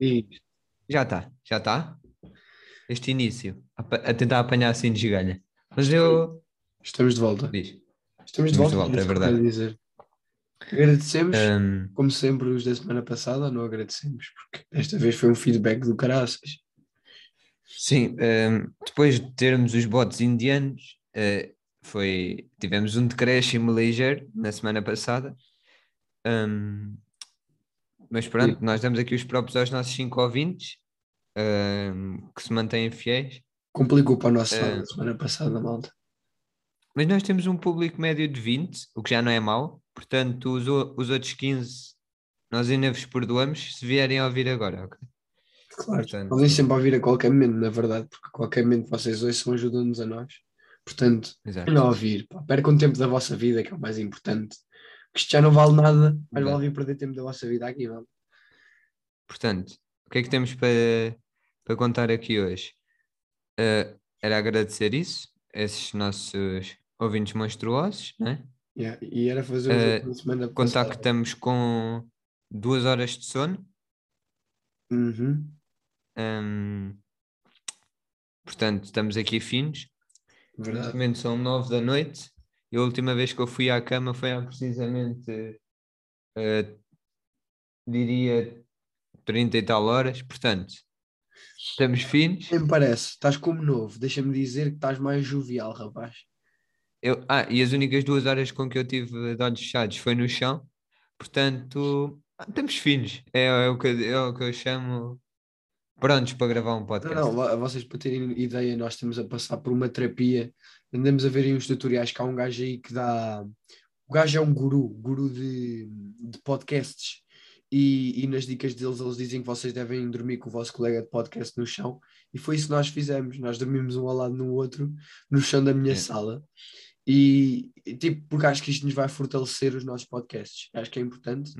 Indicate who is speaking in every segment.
Speaker 1: E
Speaker 2: Já está, já está. Este início, a, pa- a tentar apanhar assim de gigalha. Mas eu.
Speaker 1: estamos de volta.
Speaker 2: Diz.
Speaker 1: Estamos de volta, era
Speaker 2: é
Speaker 1: isso que eu
Speaker 2: verdade.
Speaker 1: queria dizer. Agradecemos,
Speaker 2: Ahm,
Speaker 1: como sempre, os da semana passada, não agradecemos, porque desta vez foi um feedback do caraças.
Speaker 2: sim, ahm, depois de termos os bots indianos, eh, foi, tivemos um decréscimo ligeiro na semana passada. Ahm, mas pronto, nós damos aqui os próprios aos nossos cinco ouvintes ahm, que se mantêm fiéis.
Speaker 1: Complicou para o nosso
Speaker 2: É.
Speaker 1: lado a semana passada, malta.
Speaker 2: Mas nós temos um público médio de 20, o que já não é mau. Portanto, os, o- os outros 15 nós ainda vos perdoamos se vierem a ouvir agora, ok?
Speaker 1: Claro,
Speaker 2: Portanto,
Speaker 1: podem sempre ouvir a qualquer momento, na verdade, porque a qualquer momento vocês ouçam ajudam-nos a nós. Portanto,
Speaker 2: Exato.
Speaker 1: venham a ouvir, pá. percam tempo da vossa vida, que é o mais importante. Que isto já não vale nada, mas
Speaker 2: Verdade.
Speaker 1: vale vir perder tempo da vossa vida aqui, malta.
Speaker 2: Portanto, o que é que temos para, para contar aqui hoje? Eh, era agradecer isso, esses nossos ouvintes monstruosos, né?
Speaker 1: Yeah, E era fazer
Speaker 2: Eh,
Speaker 1: uh, na semana
Speaker 2: Contar que
Speaker 1: passada.
Speaker 2: estamos com duas horas de sono.
Speaker 1: Uhum.
Speaker 2: hum, portanto, estamos aqui finos. Neste
Speaker 1: Verdade.
Speaker 2: momento são nove da noite e a última vez que eu fui à cama foi há precisamente, eh, diria, 30 e tal horas. Portanto, estamos finos.
Speaker 1: Nem parece, estás como novo. Deixa-me dizer que estás mais jovial, rapaz.
Speaker 2: Eu- ah, e as únicas duas horas com que eu tive de olhos fechados foi no chão. Portanto, ah, estamos finos. É, é o que, eu- é o que eu chamo prontos para gravar um
Speaker 1: Não,
Speaker 2: podcast.
Speaker 1: não, lá- vocês para terem ideia, nós estamos a passar por uma terapia. Andamos a ver aí uns tutoriais que há um gajo aí que dá. O gajo é um guru, guru de, de podcasts. E, e nas dicas deles, eles dizem que vocês devem dormir com o vosso colega de podcast no chão. E foi isso que nós fizemos. Nós dormimos um ao lado no outro, no chão da minha
Speaker 2: É.
Speaker 1: sala. E, e, tipo, porque acho que isto nos vai fortalecer os nossos podcasts. Acho que é importante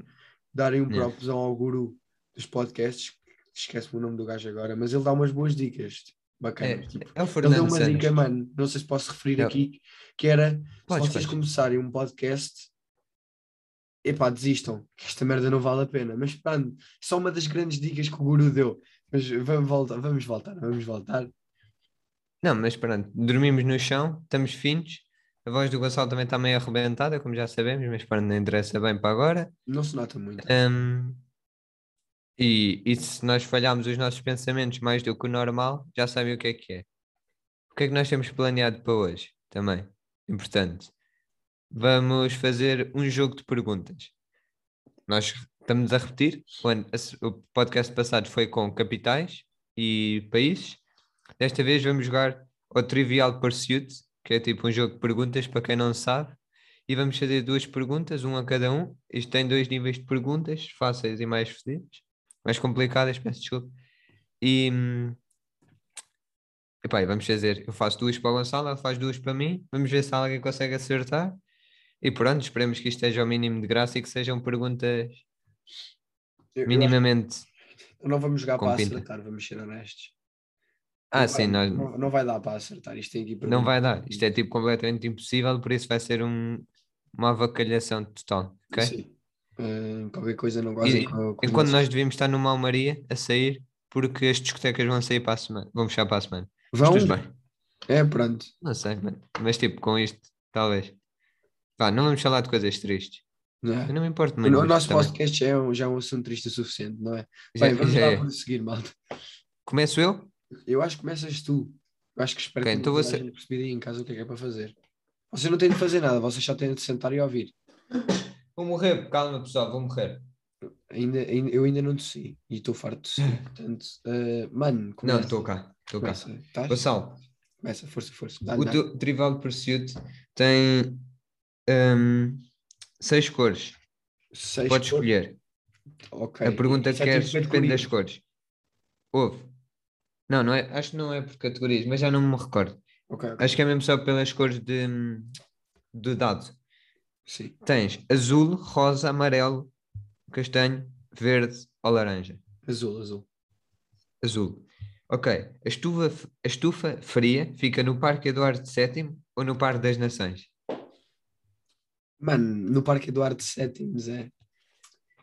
Speaker 1: darem um
Speaker 2: É.
Speaker 1: próprio ao guru dos podcasts. Esquece-me o nome do gajo agora, mas ele dá umas boas dicas.
Speaker 2: É,
Speaker 1: Bacanas. tipo,
Speaker 2: é
Speaker 1: ele
Speaker 2: o
Speaker 1: deu
Speaker 2: Fernando
Speaker 1: uma
Speaker 2: Santos.
Speaker 1: dica, mano, não sei se posso referir
Speaker 2: Eu-
Speaker 1: aqui, que era
Speaker 2: Podes,
Speaker 1: se vocês
Speaker 2: podes.
Speaker 1: começarem um podcast, epá, desistam, que esta merda não vale a pena. Mas pronto, só uma das grandes dicas que o guru deu. Mas vamos voltar, vamos voltar, vamos voltar.
Speaker 2: Não, mas pronto, dormimos no chão, estamos finos. A voz do Gonçalo também está meio arrebentada, como já sabemos, mas pronto, não interessa bem para agora.
Speaker 1: Não se nota muito.
Speaker 2: Ahm, e, e se nós falharmos os nossos pensamentos mais do que o normal, já sabem o que é que é. O que é que nós temos planeado para hoje? Também, importante. Vamos fazer um jogo de perguntas. Nós estamos a repetir. O, ano- a se- o podcast passado foi com capitais e países. Desta vez vamos jogar ao Trivial Pursuit, que é tipo um jogo de perguntas para quem não sabe. E vamos fazer duas perguntas, uma a cada um. Isto tem dois níveis de perguntas, fáceis e mais fodidas. Mais complicadas, peço desculpa. E. hum, Epá, e vamos fazer. Eu faço duas para o Gonçalo, ele faz duas para mim. Vamos ver se alguém consegue acertar. E pronto, esperemos que isto esteja ao mínimo de graça e que sejam perguntas
Speaker 1: Eu- eu
Speaker 2: minimamente.
Speaker 1: acho que não vamos jogar
Speaker 2: com
Speaker 1: para
Speaker 2: pinta.
Speaker 1: acertar, vamos ser honestos.
Speaker 2: Ah,
Speaker 1: Não
Speaker 2: sim,
Speaker 1: vai-
Speaker 2: nós
Speaker 1: não, não vai dar para acertar, isto tem aqui
Speaker 2: não vai dar. Isto é tipo completamente impossível, por isso vai ser um- uma avacalhação total. ok?
Speaker 1: Eh, qualquer coisa não gozem
Speaker 2: E-
Speaker 1: com, com
Speaker 2: Enquanto
Speaker 1: o
Speaker 2: É nós devíamos estar numa almaria a sair, porque as discotecas vão sair para a semana, vão fechar para a semana.
Speaker 1: nosso-
Speaker 2: Mas Tudo
Speaker 1: Vão?
Speaker 2: bem,
Speaker 1: É, pronto.
Speaker 2: não sei, mano. mas tipo, com isto, talvez. Pá, não vamos falar de coisas tristes.
Speaker 1: Não é?
Speaker 2: Eu não me importo
Speaker 1: O
Speaker 2: muito.
Speaker 1: no-
Speaker 2: disso
Speaker 1: nosso
Speaker 2: também.
Speaker 1: podcast já é, um, já é um assunto triste o suficiente, não é?
Speaker 2: Já-
Speaker 1: Bem, vamos
Speaker 2: já
Speaker 1: lá
Speaker 2: é.
Speaker 1: prosseguir, malta.
Speaker 2: Começo eu?
Speaker 1: Eu acho que começas tu. Eu acho que espero
Speaker 2: Ok,
Speaker 1: que
Speaker 2: então
Speaker 1: toda a
Speaker 2: você-
Speaker 1: gente percebido aí em casa o que é que é para fazer. Vocês não têm de fazer nada, vocês só têm de sentar e ouvir.
Speaker 2: Vou morrer, calma pessoal, vou morrer.
Speaker 1: Ainda, ainin- eu ainda não tossi e estou farto de tossir, portanto, eh, mano,
Speaker 2: Não,
Speaker 1: começa.
Speaker 2: estou cá, estou cá.
Speaker 1: Começa, estás?
Speaker 2: Gonçalo,
Speaker 1: Começa, força, força.
Speaker 2: O
Speaker 1: Dá-lhe, dá-lhe.
Speaker 2: teu Trivial Pursuit tem hum, seis cores.
Speaker 1: Seis
Speaker 2: Podes
Speaker 1: cores.
Speaker 2: escolher.
Speaker 1: Ok.
Speaker 2: A pergunta que
Speaker 1: Isso é
Speaker 2: queres
Speaker 1: tipo
Speaker 2: depende das
Speaker 1: categorias.
Speaker 2: cores. Houve. Não, não é, acho que não é por categorias, mas já não me recordo.
Speaker 1: Ok, ok.
Speaker 2: Acho que é mesmo só pelas cores de, hum, do dado.
Speaker 1: Sim.
Speaker 2: Tens azul, rosa, amarelo, castanho, verde ou laranja.
Speaker 1: Azul, azul.
Speaker 2: Azul. Ok. A estufa, f- a estufa fria fica no Parque Eduardo VII ou no Parque das Nações?
Speaker 1: Mano, no Parque Eduardo VII, é.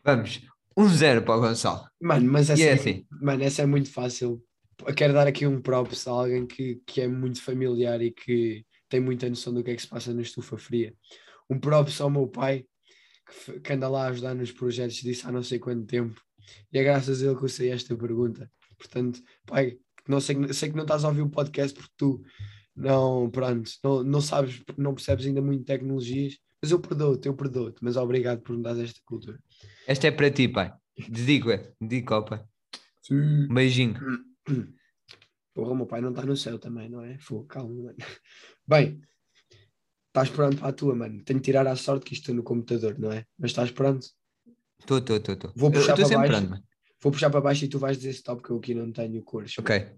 Speaker 2: Vamos. Um zero para o Gonçalo.
Speaker 1: Mano, mas essa,
Speaker 2: E é
Speaker 1: é-
Speaker 2: assim.
Speaker 1: mano, essa é muito fácil. Eu Quero dar aqui um props a alguém que, que é muito familiar e que tem muita noção do que é que se passa na estufa fria. Um props ao meu pai, que, f- que anda lá a ajudar nos projetos disso há não sei quanto tempo. E é graças a ele que eu sei esta pergunta. Portanto, pai, não sei, que- sei que não estás a ouvir o podcast porque tu não, pronto, não, não sabes, não percebes ainda muito tecnologias, mas eu perdoo-te, eu perdoo-te, mas obrigado por me dar esta cultura.
Speaker 2: Esta é para ti, pai. Dedico-a. Dedico ao pai.
Speaker 1: Sim.
Speaker 2: Um beijinho.
Speaker 1: Porra, o meu pai não está no céu também, não é? Fogo, calma, mano. Bem, estás pronto para a tua, mano. Tenho de tirar à sorte que isto estou no computador, não é? Mas estás pronto?
Speaker 2: Estou, estou, estou. estou.
Speaker 1: Vou
Speaker 2: Eu- eu
Speaker 1: puxar
Speaker 2: estou
Speaker 1: para
Speaker 2: sempre
Speaker 1: baixo.
Speaker 2: pronto, mano.
Speaker 1: Vou puxar para baixo e tu vais dizer stop, que eu aqui não tenho cores.
Speaker 2: Ok.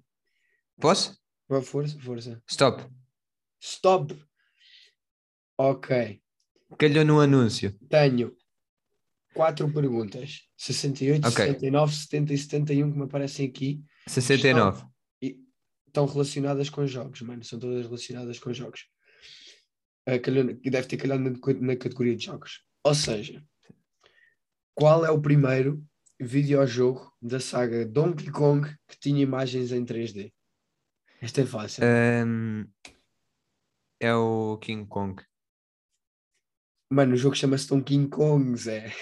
Speaker 2: Posso?
Speaker 1: Vá, Força, força.
Speaker 2: Stop.
Speaker 1: Stop! Ok,
Speaker 2: Calhou no anúncio.
Speaker 1: tenho quatro perguntas: 68,
Speaker 2: Ok.
Speaker 1: 69, 70 e 71 que me aparecem aqui.
Speaker 2: 69.
Speaker 1: e estão relacionadas com jogos, mano. São todas relacionadas com jogos. Ah, calhou- que deve ter calhado na, co- na categoria de jogos. Ou seja, qual é o primeiro videojogo da saga Donkey Kong que tinha imagens em 3D? Esta é fácil.
Speaker 2: Ahm, é o King Kong.
Speaker 1: Mano, o jogo chama-se Donkey Kong, Zé.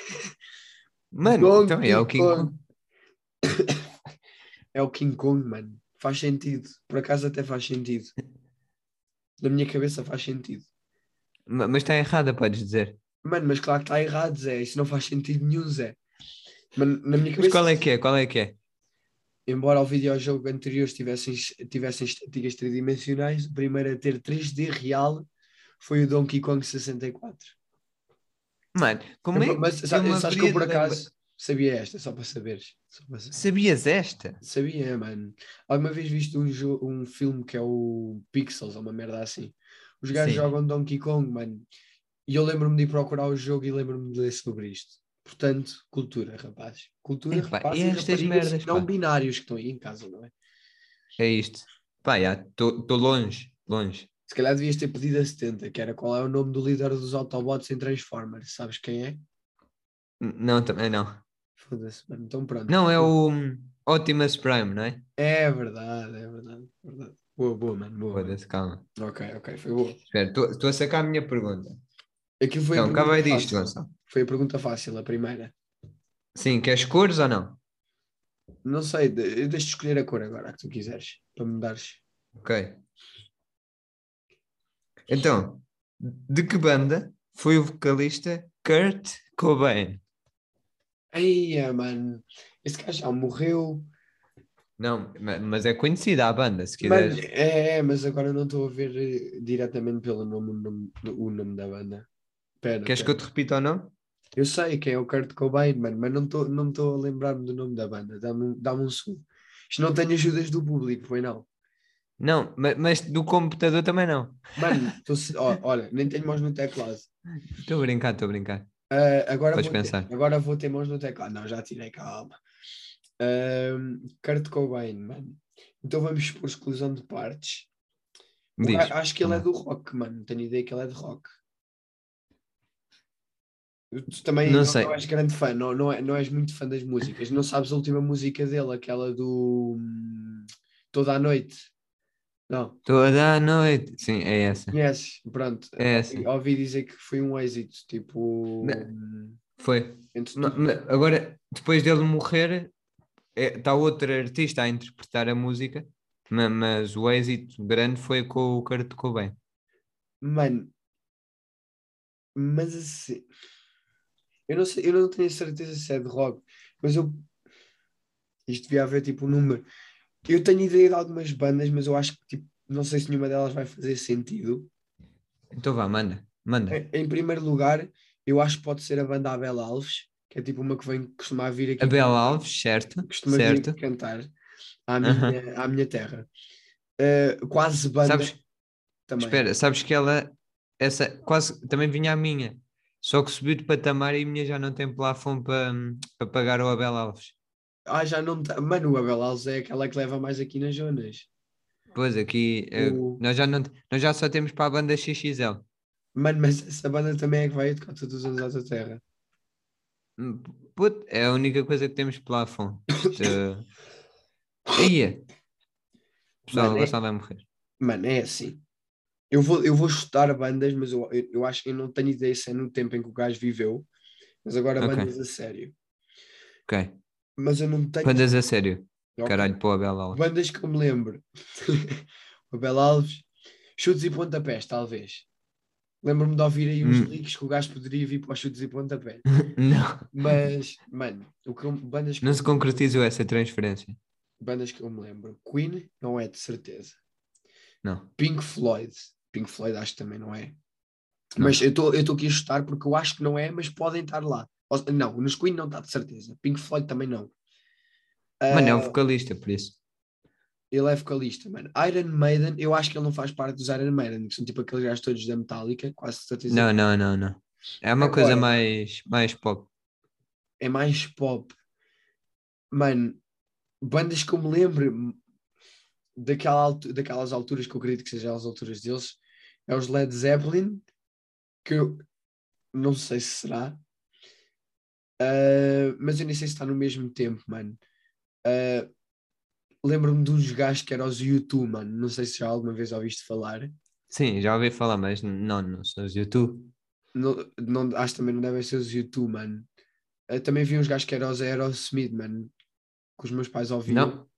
Speaker 2: Mano,
Speaker 1: Donkey
Speaker 2: então é o King Kong.
Speaker 1: É o King Kong, mano. Faz sentido. Por acaso até faz sentido. Na minha cabeça faz sentido.
Speaker 2: Ma- Mas está errada, podes dizer.
Speaker 1: Mano, mas claro que está errado, Zé. Isso não faz sentido nenhum, Zé. Mano, na minha
Speaker 2: Mas
Speaker 1: cabeça,
Speaker 2: qual é que é? Qual é que é?
Speaker 1: embora ao videojogo anterior tivessem, tivessem estéticas tridimensionais, o primeiro a ter 3D real foi o Donkey Kong 64.
Speaker 2: Mano, como é
Speaker 1: Eu-
Speaker 2: que.
Speaker 1: mas
Speaker 2: eu
Speaker 1: sa-
Speaker 2: me
Speaker 1: sabes que eu por
Speaker 2: haveria de lembrar-
Speaker 1: acaso sabia esta, só para saberes. Só para sa-
Speaker 2: Sabias esta?
Speaker 1: Sabia, mano. Alguma vez viste um, jo- um filme que é o Pixels ou uma merda assim? Os gajos
Speaker 2: Sim.
Speaker 1: jogam Donkey Kong, mano. E eu lembro-me de ir procurar o jogo e lembro-me de ler sobre isto. Portanto, cultura, rapaz. Cultura,
Speaker 2: Epá,
Speaker 1: rapaz,
Speaker 2: e
Speaker 1: e
Speaker 2: estas
Speaker 1: raparigas
Speaker 2: merdas,
Speaker 1: não
Speaker 2: pá?
Speaker 1: binários que estão aí em casa, não é?
Speaker 2: É isto. Pá, estou longe, longe.
Speaker 1: Se calhar devias ter pedido a 70, que era qual é o nome do líder dos Autobots em Transformers. Sabes quem é?
Speaker 2: N- Não, também não.
Speaker 1: Foda-se, mano. Então pronto.
Speaker 2: Não, é o hum, Optimus Prime, não é?
Speaker 1: É verdade, é verdade. é verdade. Boa, boa, mano. Boa, mano.
Speaker 2: Foda-se, calma.
Speaker 1: Ok, ok, foi boa.
Speaker 2: Espera, estou a sacar a minha pergunta.
Speaker 1: Aquilo foi a
Speaker 2: Então, cá
Speaker 1: pergunta
Speaker 2: vai disto,
Speaker 1: fácil.
Speaker 2: Gonçalo.
Speaker 1: Foi a pergunta fácil, a primeira.
Speaker 2: Sim, queres cores ou não?
Speaker 1: Não sei, de- eu deixo de escolher a cor agora que tu quiseres, para me dares.
Speaker 2: Ok. Então, de que banda foi o vocalista Kurt Cobain?
Speaker 1: Eia, mano, esse gajo já morreu.
Speaker 2: Não, ma- mas é conhecida a banda, se
Speaker 1: Mano,
Speaker 2: quiseres.
Speaker 1: é, é, mas agora não estou a ver eh, diretamente pelo nome, o nome, do- o nome da banda. Pera,
Speaker 2: Queres que
Speaker 1: pera.
Speaker 2: eu te repita ou não?
Speaker 1: eu... sei quem é o Kurt Cobain, mano, mas não estou não me estou a lembrar-me do nome da banda. Dá-me um- dá-me um segundo. Isto não tem ajudas do público, foi não.
Speaker 2: Não, ma- mas, do computador também não.
Speaker 1: Mano, tô se- ó, olha, nem tenho mãos no teclado.
Speaker 2: Estou a brincar, estou a brincar.
Speaker 1: Ah, agora,
Speaker 2: Podes
Speaker 1: vou ter,
Speaker 2: pensar.
Speaker 1: agora vou ter mãos no teclado. Não, já tirei, calma. Ahm, Kurt Cobain, mano. Então vamos por exclusão de partes. O
Speaker 2: Diz.
Speaker 1: ga- acho que ele é
Speaker 2: vamos
Speaker 1: do rock, mano. Tenho ideia que ele é de rock. Tu também
Speaker 2: Não
Speaker 1: não,
Speaker 2: sei.
Speaker 1: não és grande fã, não, não, é- não és muito fã das músicas. Não sabes a última música dele, aquela do hum, Toda a Noite. Não,
Speaker 2: Toda a noite. Sim, é essa.
Speaker 1: conheces? Pronto.
Speaker 2: É essa.
Speaker 1: Ouvi dizer que foi um êxito, tipo.
Speaker 2: Não.
Speaker 1: hum,
Speaker 2: Foi.
Speaker 1: entre
Speaker 2: Ma-
Speaker 1: tu-
Speaker 2: ma- Agora, depois dele morrer, é, está outro artista a interpretar a música, ma- mas o êxito grande foi com o Kurt Cobain.
Speaker 1: Mano, mas assim, eu não sei, eu não tenho certeza se é de rock, mas eu isto devia haver tipo um número. Eu tenho ideia de algumas bandas, mas eu acho que tipo, não sei se nenhuma delas vai fazer sentido.
Speaker 2: Então vá, manda, manda.
Speaker 1: Em, em primeiro lugar, eu acho que pode ser a banda Abel Alves, que é tipo uma é que vem costumar vir aqui,
Speaker 2: Abel Alves, certo?
Speaker 1: costuma vir
Speaker 2: Certo.
Speaker 1: aqui cantar à
Speaker 2: Aham.
Speaker 1: minha, à minha terra. Eh, quase banda
Speaker 2: Sabes,
Speaker 1: também.
Speaker 2: espera, sabes que ela, essa quase também vinha a minha, só que subiu de patamar e a minha já não tem plafond para para pagar o Abel Alves.
Speaker 1: Ah, já não me tá... Mano, o Abel Alves é aquela que leva mais aqui nas zonas.
Speaker 2: Pois aqui, eh,
Speaker 1: O-
Speaker 2: nós, já não, nós já só temos para a banda XXL.
Speaker 1: Mano, mas essa banda também é que vai tocar todos os anos à tua terra.
Speaker 2: Puto, é a única coisa que temos plafon. Ia. Pessoal,
Speaker 1: Mano,
Speaker 2: o
Speaker 1: é-
Speaker 2: Gonçalo vai morrer.
Speaker 1: Mano, é assim. Eu vou, eu vou chutar bandas, mas eu, eu, eu acho que eu não tenho ideia se é no tempo em que o gajo viveu. Mas agora
Speaker 2: Ok.
Speaker 1: bandas a sério.
Speaker 2: Ok.
Speaker 1: Mas eu não tenho.
Speaker 2: Bandas a sério.
Speaker 1: Ok.
Speaker 2: Caralho, pô, a Bela Alves.
Speaker 1: Bandas que eu me lembro. o Abel Alves. Chutes e pontapés, talvez. Lembro-me de ouvir aí uns
Speaker 2: Hum.
Speaker 1: leaks que o gajo poderia vir para os chutes e pontapés.
Speaker 2: Não,
Speaker 1: Mas, mano, o que eu- bandas, que,
Speaker 2: não se concretizou essa transferência.
Speaker 1: bandas que eu me lembro. Queen não é de certeza.
Speaker 2: Não.
Speaker 1: Pink Floyd. Pink Floyd acho que também não é.
Speaker 2: Não.
Speaker 1: Mas eu estou aqui a chutar porque eu acho que não é, mas podem estar lá. Ou se- não, nos Queen não está de certeza. Pink Floyd também não.
Speaker 2: Mano, é
Speaker 1: Ah,
Speaker 2: o vocalista, por isso.
Speaker 1: Ele é vocalista, mano. Iron Maiden, eu acho que ele não faz parte dos Iron Maiden, que são tipo aqueles gajos todos da Metallica, quase de certeza.
Speaker 2: Não, não, não, não. É uma coisa
Speaker 1: Agora-
Speaker 2: mais, mais pop.
Speaker 1: É mais pop. Mano, bandas que eu me lembro m- daquela altu- daquelas alturas que eu acredito que sejam as alturas deles, é os Led Zeppelin, que eu não sei se será, Ah, mas eu nem sei se está no mesmo tempo, mano. Ah, Lembro-me de uns gajos que eram os U2, mano. Não sei se já alguma vez ouviste falar.
Speaker 2: Sim, já ouvi falar, mas n- não, não são os YouTube.
Speaker 1: não, não- acho que também não devem ser os YouTube, mano. Eu também vi uns gajos que eram os Aerosmith, mano, que os meus pais ouviam.
Speaker 2: Não?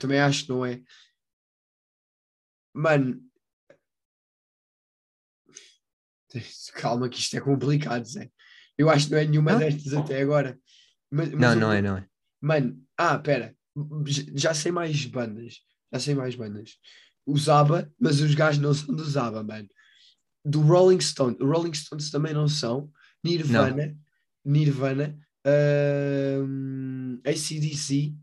Speaker 1: Também acho que não é. Mano. Calma que isto é complicado, Zé. Eu acho que não é nenhuma
Speaker 2: Não?
Speaker 1: destas até agora. Mas, mas
Speaker 2: Não,
Speaker 1: eu-
Speaker 2: não é, não é.
Speaker 1: Mano, ah, pera. J- Já sei mais bandas. Já sei mais bandas. Os ABBA, mas os gajos não são dos ABBA, mano. Do Rolling Stone. O Rolling Stones também não são. Nirvana. Nirvana. ahm, ACDC.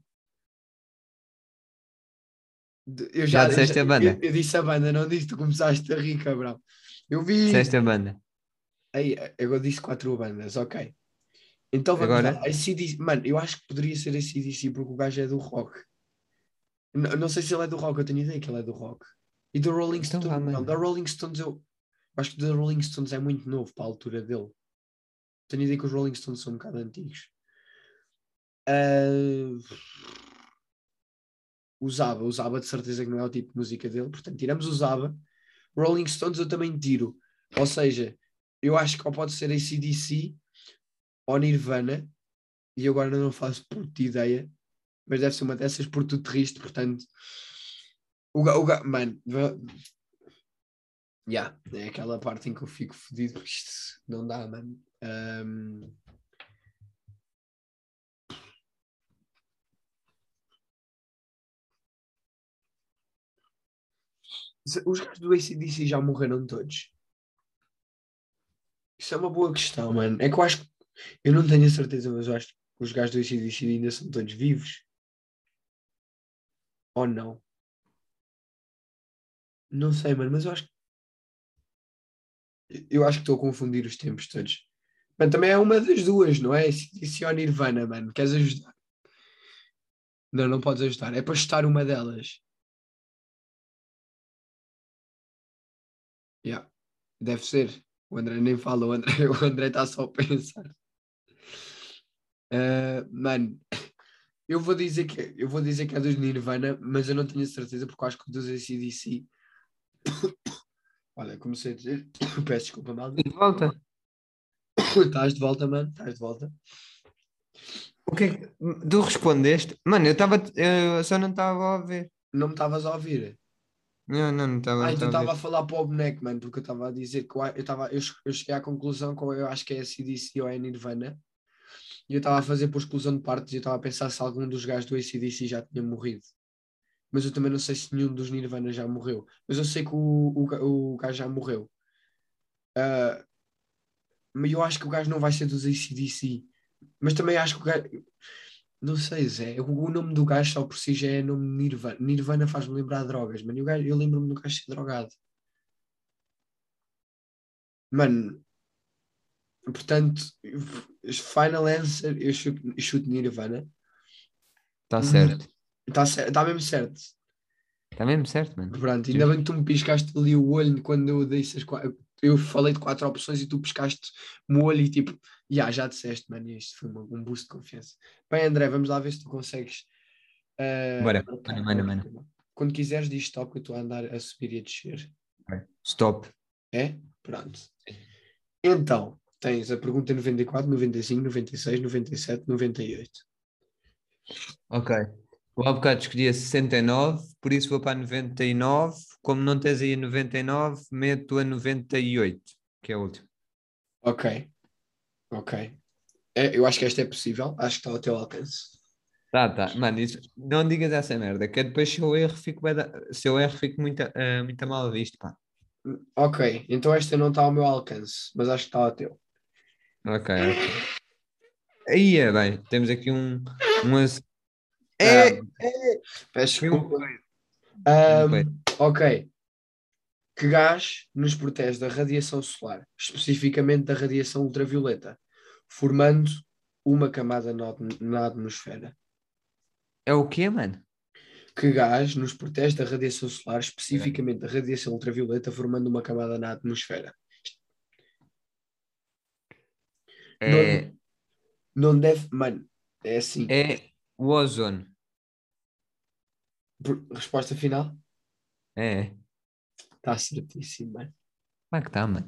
Speaker 1: De- Eu
Speaker 2: Já disseste a banda?
Speaker 1: Eu, eu disse a banda, não disse. Tu começaste a rir, cabrão. Eu vi.
Speaker 2: Sexta banda.
Speaker 1: Aí, eu disse quatro bandas, ok. Então vamos
Speaker 2: Agora?
Speaker 1: lá. AC/DC mano, eu acho que poderia ser ACDC porque o gajo é do rock. N- não sei se ele é do rock, eu tenho ideia que ele é do rock. E do Rolling
Speaker 2: Então
Speaker 1: Stones.
Speaker 2: vá,
Speaker 1: não,
Speaker 2: mano.
Speaker 1: da Rolling Stones eu. eu Acho que da Rolling Stones é muito novo para a altura dele. Tenho ideia que os Rolling Stones são um bocado antigos. Ah, usava, usava de certeza que não é o tipo de música dele, portanto tiramos usava. Rolling Stones eu também tiro. Ou seja, eu acho que ou pode ser ACDC ou Nirvana, e agora não faço puta ideia, mas deve ser uma dessas por tu triste, portanto. O ga, o ga, mano, va- Ya, é aquela parte em que eu fico fodido, porque isto não dá, mano. Ahm. Se- Os gajos do ACDC já morreram todos? Isso é uma boa questão, mano. É que eu acho que. Eu não tenho a certeza, mas eu acho que os gajos do ACDC ainda são todos vivos. Ou não? Não sei, mano, mas eu acho que. eu- Eu acho que estou a confundir os tempos todos. Mas também é uma das duas, não é? ACDC ou Nirvana, mano. Queres ajudar? Não, não podes ajudar. É para chutar uma delas. Yeah. Deve ser. O André nem fala, o André o André está só a pensar. Ah, mano, eu vou, dizer que, eu vou dizer que é dos Nirvana, mas eu não tenho a certeza porque eu acho que dos ACDC. Olha, comecei a dizer. Peço desculpa, mal.
Speaker 2: De volta.
Speaker 1: Estás de volta, mano. Estás de volta.
Speaker 2: O que é que tu respondeste? Mano, eu estava. Eu só não estava a ouvir.
Speaker 1: Não me estavas a ouvir.
Speaker 2: Não, não, não estava
Speaker 1: Ah,
Speaker 2: a
Speaker 1: então
Speaker 2: ouvir.
Speaker 1: estava a falar para o boneco, mano, porque eu estava a dizer que eu, a- eu, estava, eu, che- eu cheguei à conclusão que eu acho que é a CDC ou é a Nirvana. E eu estava a fazer por exclusão de partes e eu estava a pensar se algum dos gajos do ACDC já tinha morrido. Mas eu também não sei se nenhum dos Nirvana já morreu. Mas eu sei que o, o, ga- o gajo já morreu. Ah, mas eu acho que o gajo não vai ser dos ACDC. Mas também acho que o gajo. Não sei, Zé. O o nome do gajo só por si já é nome de Nirvana. Nirvana faz-me lembrar drogas, mano. E o gajo- Eu lembro-me do gajo ser drogado. Mano, portanto, final answer, eu chuto, eu chuto Nirvana.
Speaker 2: Está Tá certo.
Speaker 1: Está tá mesmo certo.
Speaker 2: Está mesmo certo, mano.
Speaker 1: Pronto, ainda bem que tu me piscaste ali o olho quando eu disse as quatro. Eu falei de quatro opções e tu piscaste-me o olho e tipo, Yeah, já disseste, mano, e isto foi uma- um boost de confiança. Bem, André, vamos lá ver se tu consegues. ah,
Speaker 2: Bora,
Speaker 1: marcar.
Speaker 2: manda, manda, manda.
Speaker 1: Quando quiseres, diz stop que eu estou a andar a subir e a descer.
Speaker 2: Stop.
Speaker 1: É? Pronto. Então, tens a pergunta 94, 95, 96, 97, 98.
Speaker 2: Ok. Eu há bocado escolhi a 69, por isso vou para a 99. Como não tens aí a 99, meto a 98, que é a última.
Speaker 1: Ok. Ok. É, eu acho que esta é possível. Acho que está ao teu alcance.
Speaker 2: Tá, tá. Mano, isso, não digas essa merda, que é depois se eu erro, fico, bué da- se eu erro, fico muito, eh, muito mal visto, pá.
Speaker 1: Ok. Então esta não está ao meu alcance, mas acho que está ao teu.
Speaker 2: Ok. ok. Aí é bem, temos aqui um. um ace- é,
Speaker 1: Ah, Peço
Speaker 2: foi um-
Speaker 1: desculpa. um, Ahm,
Speaker 2: coisa.
Speaker 1: ok. Que gás nos protege da radiação solar, especificamente da radiação ultravioleta, formando uma camada na atm- na atmosfera?
Speaker 2: é o quê, mano?
Speaker 1: Que gás nos protege da radiação solar, especificamente da radiação ultravioleta, formando uma camada na atmosfera?
Speaker 2: É,
Speaker 1: Não deve. Mano, é assim.
Speaker 2: é o ozono.
Speaker 1: Por- Resposta final?
Speaker 2: É.
Speaker 1: Está certíssimo, mano.
Speaker 2: Como é que tá, mano?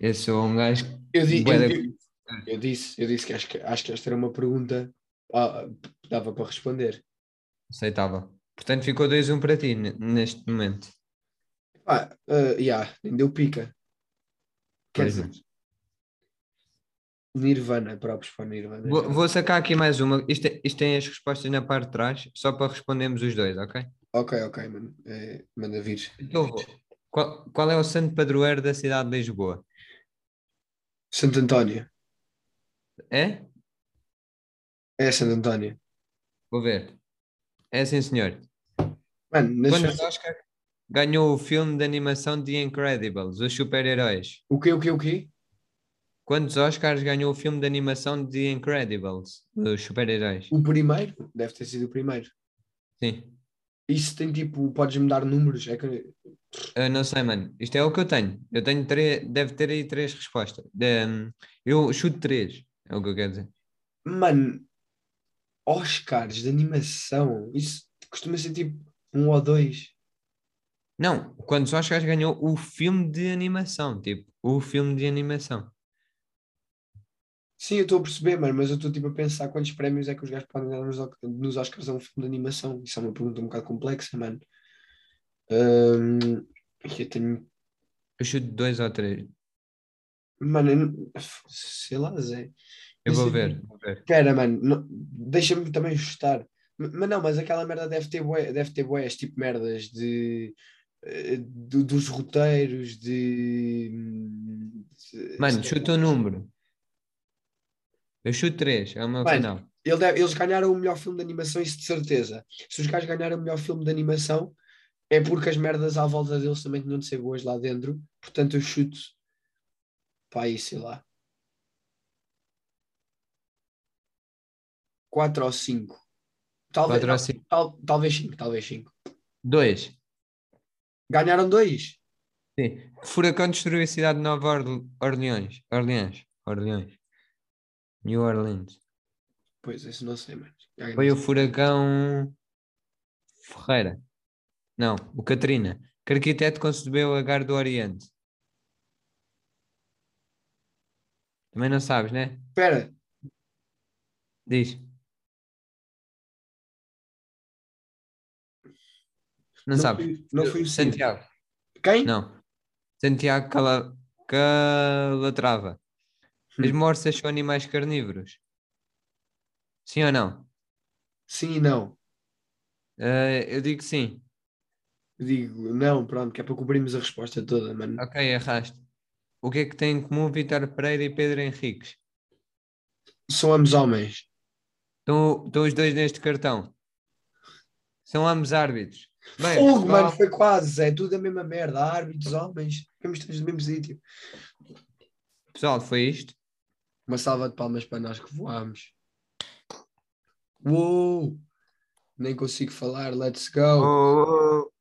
Speaker 2: Eu sou um gajo.
Speaker 1: Eu, di- eu
Speaker 2: Bué da-
Speaker 1: di- eu disse, eu disse que acho que, acho que esta era uma pergunta. ah, dava para responder.
Speaker 2: Aceitável. Portanto, ficou 2-1 para ti ne- neste momento.
Speaker 1: Ah, ah, yeah, nem deu pica. Quer
Speaker 2: Pois é.
Speaker 1: dizer, Nirvana, próprios para o Nirvana.
Speaker 2: Vou, vou sacar aqui mais uma. Isto, é- isto tem as respostas na parte de trás, só para respondermos os dois, ok?
Speaker 1: Ok, ok, mano. Eh, manda vir.
Speaker 2: Então vou. Qual, qual é o santo padroeiro da cidade de Lisboa?
Speaker 1: Santo António.
Speaker 2: É?
Speaker 1: É Santo António.
Speaker 2: Vou ver. É sim, senhor.
Speaker 1: Mano, nas
Speaker 2: Quando é
Speaker 1: festas-
Speaker 2: Oscar ganhou o filme de animação The Incredibles, Os Super-Heróis?
Speaker 1: o quê, o quê, o quê?
Speaker 2: Quantos Oscars ganhou o filme de animação The Incredibles, Os Super-Heróis?
Speaker 1: O primeiro? Deve ter sido o primeiro.
Speaker 2: Sim.
Speaker 1: Isso tem tipo, podes-me dar números? É que-
Speaker 2: Eu não sei, mano. Isto é o que eu tenho. Eu tenho três, deve ter aí três respostas. De- hum, eu chuto três, é o que eu quero dizer.
Speaker 1: Mano, Oscars de animação. Isso costuma ser tipo um ou dois.
Speaker 2: Não, quantos Oscars ganhou o filme de animação? Tipo, o filme de animação.
Speaker 1: Sim, eu estou a perceber, mano, mas eu estou tipo a pensar quantos prémios é que os gajos podem dar nos, Oc- nos Oscars a um filme de animação. Isso é uma pergunta um bocado complexa, mano. Ahm, eu tenho.
Speaker 2: Eu chuto dois ou três.
Speaker 1: Mano, eu não- sei lá, Zé.
Speaker 2: Eu vou
Speaker 1: Esse-
Speaker 2: ver. Vou ver.
Speaker 1: Espera, mano, não- deixa-me também ajustar. M- Mas não, mas aquela merda deve ter bué, deve ter bué, este tipo de merdas de, eh, do- dos roteiros, de. hum, de-
Speaker 2: Mano, chuta o número. Eu chuto três, é o meu
Speaker 1: Mano,
Speaker 2: final.
Speaker 1: Ele deve- eles ganharam o melhor filme de animação, isso de certeza. Se os gajos ganharam o melhor filme de animação, é porque as merdas à volta deles também tinham de ser boas lá dentro. Portanto, eu chuto para aí, sei lá. 4 ou 5. Talvez,
Speaker 2: Quatro ou cinco.
Speaker 1: tal- talvez 5, talvez 5.
Speaker 2: Dois.
Speaker 1: Ganharam dois
Speaker 2: Sim. Que furacão destruiu a cidade de Nova Orle- Orleans. Orleans. Orleans. New Orleans.
Speaker 1: Pois, isso não sei, mano. Já
Speaker 2: Foi o
Speaker 1: ganhei.
Speaker 2: furacão Ferreira. Não, o Catrina. Que arquiteto concebeu a Gar do Oriente? Também não sabes, né?
Speaker 1: Espera,
Speaker 2: Diz.
Speaker 1: não,
Speaker 2: Não, sabes.
Speaker 1: foi, não foi o Cid.
Speaker 2: Santiago.
Speaker 1: Quem?
Speaker 2: Não. Santiago Cala... Calatrava. As
Speaker 1: Hum.
Speaker 2: morsas são animais carnívoros. Sim ou não?
Speaker 1: Sim e não.
Speaker 2: Eh, eu digo sim.
Speaker 1: Digo, não, pronto, que é para cobrirmos a resposta toda, mano.
Speaker 2: Ok, erraste. O que é que tem em comum Vítor Pereira e Pedro Henriques?
Speaker 1: São ambos homens.
Speaker 2: Estão, estão os dois neste cartão. São ambos árbitros. Bem,
Speaker 1: Fogo,
Speaker 2: Portugal-
Speaker 1: mano, foi quase, é tudo a mesma merda. Há árbitros, homens, ficamos todos no mesmo sítio.
Speaker 2: Pessoal, foi isto.
Speaker 1: Uma salva de palmas para nós que voámos. Uou! Nem consigo falar, let's
Speaker 2: Oh.
Speaker 1: go.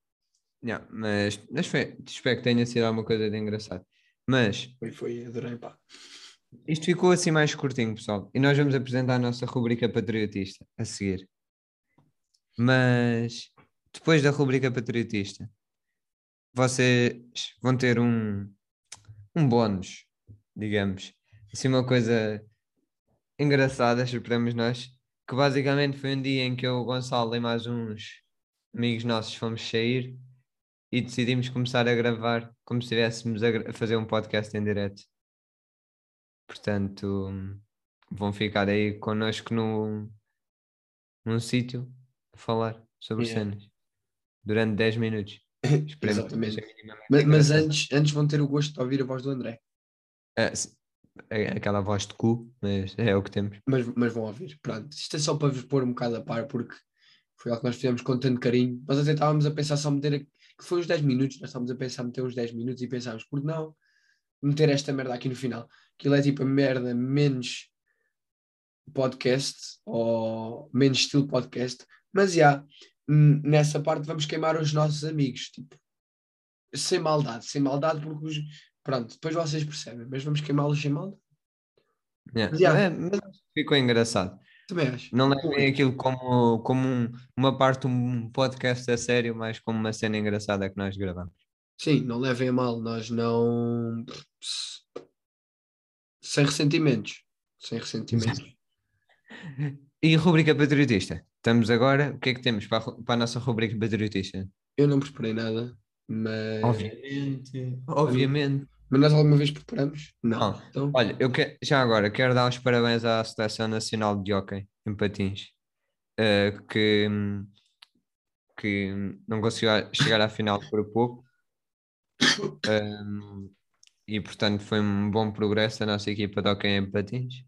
Speaker 2: Não, mas, mas foi, espero que tenha sido alguma coisa de engraçado. Mas
Speaker 1: Foi, foi, adorei, pá.
Speaker 2: Isto ficou assim mais curtinho, pessoal. E nós vamos apresentar a nossa rubrica patriotista a seguir. Mas depois da rubrica patriotista, vocês vão ter um, um bónus, digamos. Assim, uma coisa engraçada, esperamos nós, que basicamente foi um dia em que eu, o Gonçalo e mais uns amigos nossos fomos sair e decidimos começar a gravar como se estivéssemos a gra- a fazer um podcast em direto. Portanto, vão ficar aí connosco num, num sítio a falar sobre
Speaker 1: Yeah.
Speaker 2: cenas durante 10 minutos. Esperemos que
Speaker 1: Exatamente.
Speaker 2: seja minimamente
Speaker 1: Mas, mas
Speaker 2: engraçado.
Speaker 1: antes, antes vão ter o gosto de ouvir a voz do André.
Speaker 2: Ah, se- é aquela voz de cu, mas é o que temos.
Speaker 1: Mas, mas vão ouvir. Pronto, isto é só para vos pôr um bocado a par, porque foi algo que nós fizemos com tanto carinho. Nós até estávamos a pensar só meter. a- Que foi uns 10 minutos, nós estávamos a pensar meter uns 10 minutos e pensámos, por que não meter esta merda aqui no final? Aquilo é tipo a merda menos podcast ou menos estilo podcast. Mas já, n- nessa parte vamos queimar os nossos amigos, tipo, sem maldade, sem maldade, porque os. Pronto, depois vocês percebem, mas vamos queimá-los sem maldade.
Speaker 2: Yeah.
Speaker 1: Yeah.
Speaker 2: É, mas acho que ficou engraçado.
Speaker 1: Também acho.
Speaker 2: Não levem
Speaker 1: Ui.
Speaker 2: aquilo como, como um- uma parte de um podcast a sério, mas como uma cena engraçada que nós gravamos.
Speaker 1: Sim, não levem a mal, nós não. Sem ressentimentos. Sem ressentimentos.
Speaker 2: E rubrica patriotista? Estamos agora, o que é que temos para a, ru- para a nossa rubrica patriotista?
Speaker 1: Eu não preparei nada, mas.
Speaker 2: Obviamente. Obviamente.
Speaker 1: Mas nós alguma vez preparamos? Não.
Speaker 2: Não.
Speaker 1: Então,
Speaker 2: Olha, eu que- já agora quero dar os parabéns à Seleção Nacional de Hockey em Patins, eh, que, hum, que hum, não conseguiu a- chegar à final por pouco. Hum, e portanto foi um bom progresso da nossa equipa de hockey em patins.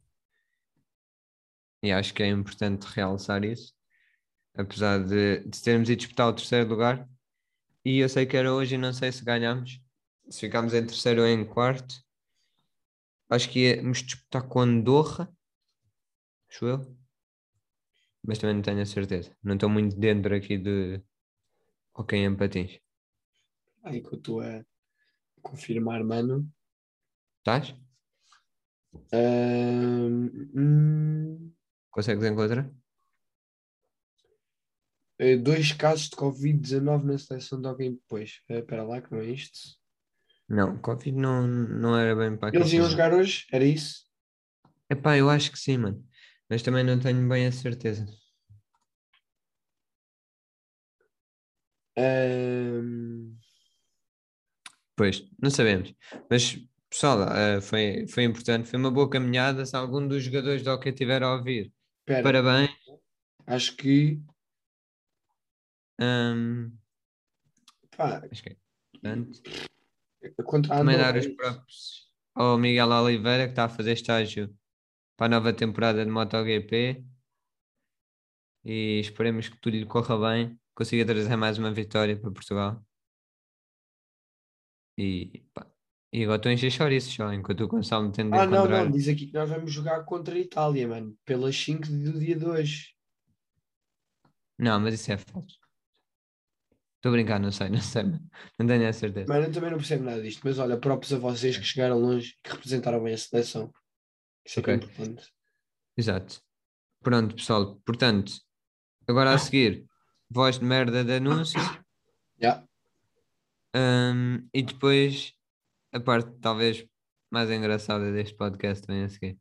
Speaker 2: E acho que é importante realçar isso, apesar de, de termos ido disputar o terceiro lugar. E eu sei que era hoje e não sei se ganhámos, se ficámos em terceiro ou em quarto acho que íamos disputar com Andorra, acho eu, mas também não tenho a certeza. Não estou muito dentro aqui de ok em patins.
Speaker 1: aí ah, é que eu estou a confirmar, mano.
Speaker 2: Estás?
Speaker 1: Ahm, hum,
Speaker 2: Consegues encontrar?
Speaker 1: eh, dois casos de Covid-19 na seleção de alguém depois. Espera lá, que não é isto.
Speaker 2: Não, Covid não, não era bem para
Speaker 1: Eles iam jogar hoje? Era isso?
Speaker 2: É pá, eu acho que sim, mano. Mas também não tenho bem a certeza.
Speaker 1: Ahm,
Speaker 2: Pois, não sabemos. Mas, pessoal, eh, foi, foi importante. Foi uma boa caminhada. Se algum dos jogadores de hockey tiver a ouvir,
Speaker 1: Espera,
Speaker 2: parabéns.
Speaker 1: acho que.
Speaker 2: Ahm,
Speaker 1: Pá,
Speaker 2: acho que é importante.
Speaker 1: contra a
Speaker 2: Também
Speaker 1: Andorra,
Speaker 2: dar os
Speaker 1: é isso.
Speaker 2: próprios ao Miguel Oliveira, que está a fazer estágio para a nova temporada de MotoGP. E esperemos que tudo lhe corra bem, consiga trazer mais uma vitória para Portugal. E, pá, e agora estou a encher chouriços só, enquanto o Gonçalo me tende a
Speaker 1: Ah, não,
Speaker 2: encontrar.
Speaker 1: não, diz aqui que nós vamos jogar contra a Itália, mano, pelas 5 do dia 2.
Speaker 2: Não, mas isso é falso. Estou a brincar, não sei, não sei, mano. não tenho a certeza.
Speaker 1: Mano, eu também não percebo nada disto, mas olha, próprios a vocês que chegaram longe e que representaram bem a seleção. Isso é que é
Speaker 2: Ok.
Speaker 1: importante.
Speaker 2: Exato. Pronto, pessoal, portanto, agora a seguir, voz de merda de anúncios.
Speaker 1: Já.
Speaker 2: Ahm, e depois a parte talvez mais engraçada deste podcast vem a seguir.